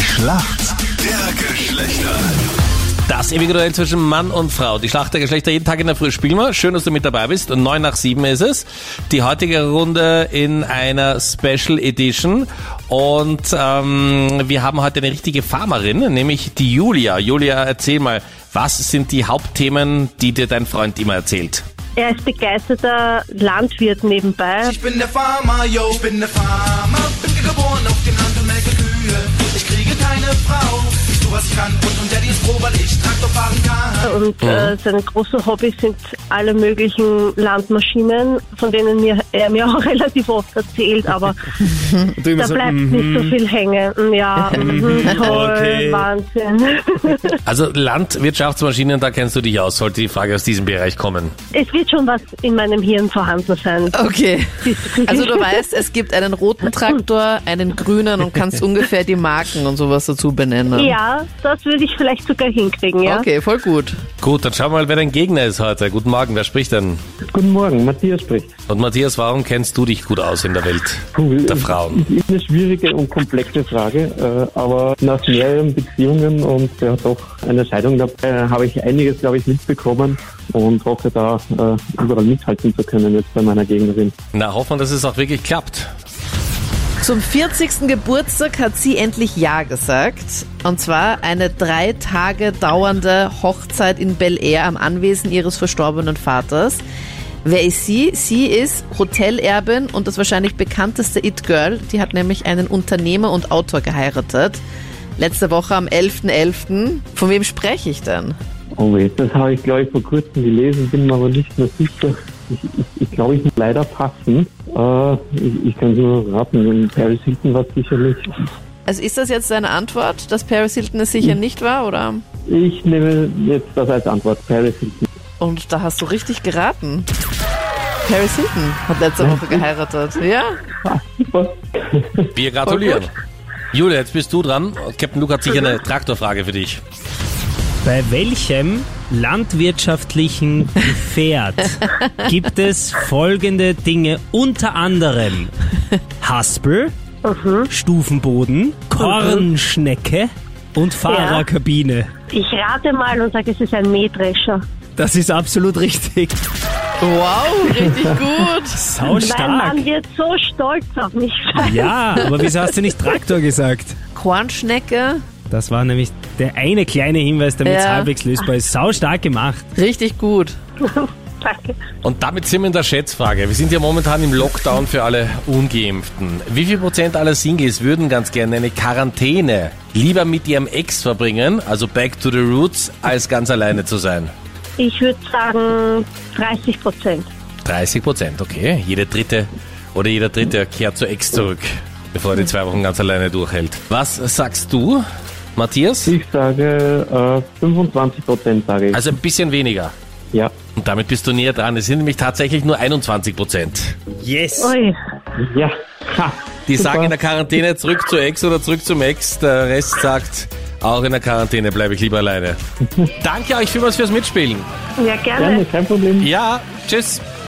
Schlacht der Geschlechter. Das ewige Duell zwischen Mann und Frau. Die Schlacht der Geschlechter jeden Tag in der Früh spielen wir. Schön, dass du mit dabei bist. Neun nach sieben ist es. Die heutige Runde in einer Special Edition. Und ähm, wir haben heute eine richtige Farmerin, nämlich die Julia. Julia, erzähl mal, was sind die Hauptthemen, die dir dein Freund immer erzählt? Er ist begeisterter Landwirt nebenbei. Ich bin der Farmer, yo, ich bin der Farmer, bin geboren auf dem Land und melke Kühe. Ich kriege keine Frau, ich tu was ich kann und um Daddy ist froh, weil ich Traktor fahren kann. Und Mhm. äh, seine großen Hobbys sind alle möglichen Landmaschinen, von denen mir, er mir auch relativ oft erzählt, aber Und du immer da so, bleibt mhm. nicht so viel hängen. Ja, mhm, toll, Okay. Wahnsinn. Also Landwirtschaftsmaschinen, da kennst du dich aus. Sollte die Frage aus diesem Bereich kommen. es wird schon was in meinem Hirn vorhanden sein. Okay. diesbezüglich. Also du weißt, es gibt einen roten Traktor, einen grünen und kannst ungefähr die Marken und sowas dazu benennen. Ja, das würde ich vielleicht sogar hinkriegen, ja. Okay, voll gut. Gut, dann schauen wir mal, wer dein Gegner ist heute. Guten Morgen, wer spricht denn? Guten Morgen, Matthias spricht. Und Matthias, warum kennst du dich gut aus in der Welt Puh, der ist- Frauen? Ist eine schwierige und komplexe Frage, äh, aber nach mehreren Beziehungen und ja, doch einer Scheidung dabei äh, habe ich einiges, glaube ich, mitbekommen und hoffe da äh, überall mithalten zu können jetzt bei meiner Gegnerin. Na, hoffen wir, dass es auch wirklich klappt. Zum 40. Geburtstag hat sie endlich Ja gesagt. Und zwar eine drei Tage dauernde Hochzeit in Bel Air am Anwesen ihres verstorbenen Vaters. Wer ist sie? Sie ist Hotelerbin und das wahrscheinlich bekannteste It-Girl. Die hat nämlich einen Unternehmer und Autor geheiratet. Letzte Woche am 11.11. Von wem spreche ich denn? Oh weh, das habe ich, glaube ich, vor kurzem gelesen, bin mir aber nicht mehr sicher. Ich, ich, ich glaube, ich muss leider passen. Äh, ich ich kann es nur raten. Paris Hilton war es sicherlich. Also ist das jetzt deine Antwort, dass Paris Hilton es sicher nicht war, oder? Ich nehme jetzt das als Antwort. Paris Hilton. Und da hast du richtig geraten. Paris Hilton hat letzte Woche geheiratet. Ja, Super. Wir gratulieren. Julia, jetzt bist du dran. Captain Luke hat sicher eine Traktorfrage für dich. Bei welchem landwirtschaftlichen Gefährt gibt es folgende Dinge unter anderem? Haspel, Mhm. Stufenboden, Kornschnecke und Fahrerkabine. Ich rate mal und sage, es ist ein Mähdrescher. Das ist absolut richtig. wow, richtig Oh, gut. Sau Mein stark. Mann wird so stolz auf mich sein. Ja, aber wieso hast du nicht Traktor gesagt? Kornschnecke, Das war nämlich der eine kleine Hinweis, damit es Ja. halbwegs lösbar ist. Sau stark gemacht. richtig gut. Danke. Und damit sind wir in der Schätzfrage. Wir sind ja momentan im Lockdown für alle Ungeimpften. Wie viel Prozent aller Singles würden ganz gerne eine Quarantäne lieber mit ihrem Ex verbringen, also back to the roots, als ganz alleine zu sein? Ich würde sagen 30 Prozent. 30 Prozent, okay. Jede dritte oder jeder dritte kehrt zur Ex zurück, bevor er die zwei Wochen ganz alleine durchhält. Was sagst du, Matthias? Ich sage äh, 25 Prozent, sage ich. Also ein bisschen weniger. ja. Und damit bist du näher dran. Es sind nämlich tatsächlich nur 21 Prozent. Yes. Ui. Ja. Ha. Die Super. sagen in der Quarantäne zurück zur Ex oder zurück zum Ex. Der Rest sagt, auch in der Quarantäne bleibe ich lieber alleine. Danke euch vielmals fürs Mitspielen. Ja, Gerne, gerne. kein Problem. Ja, tschüss.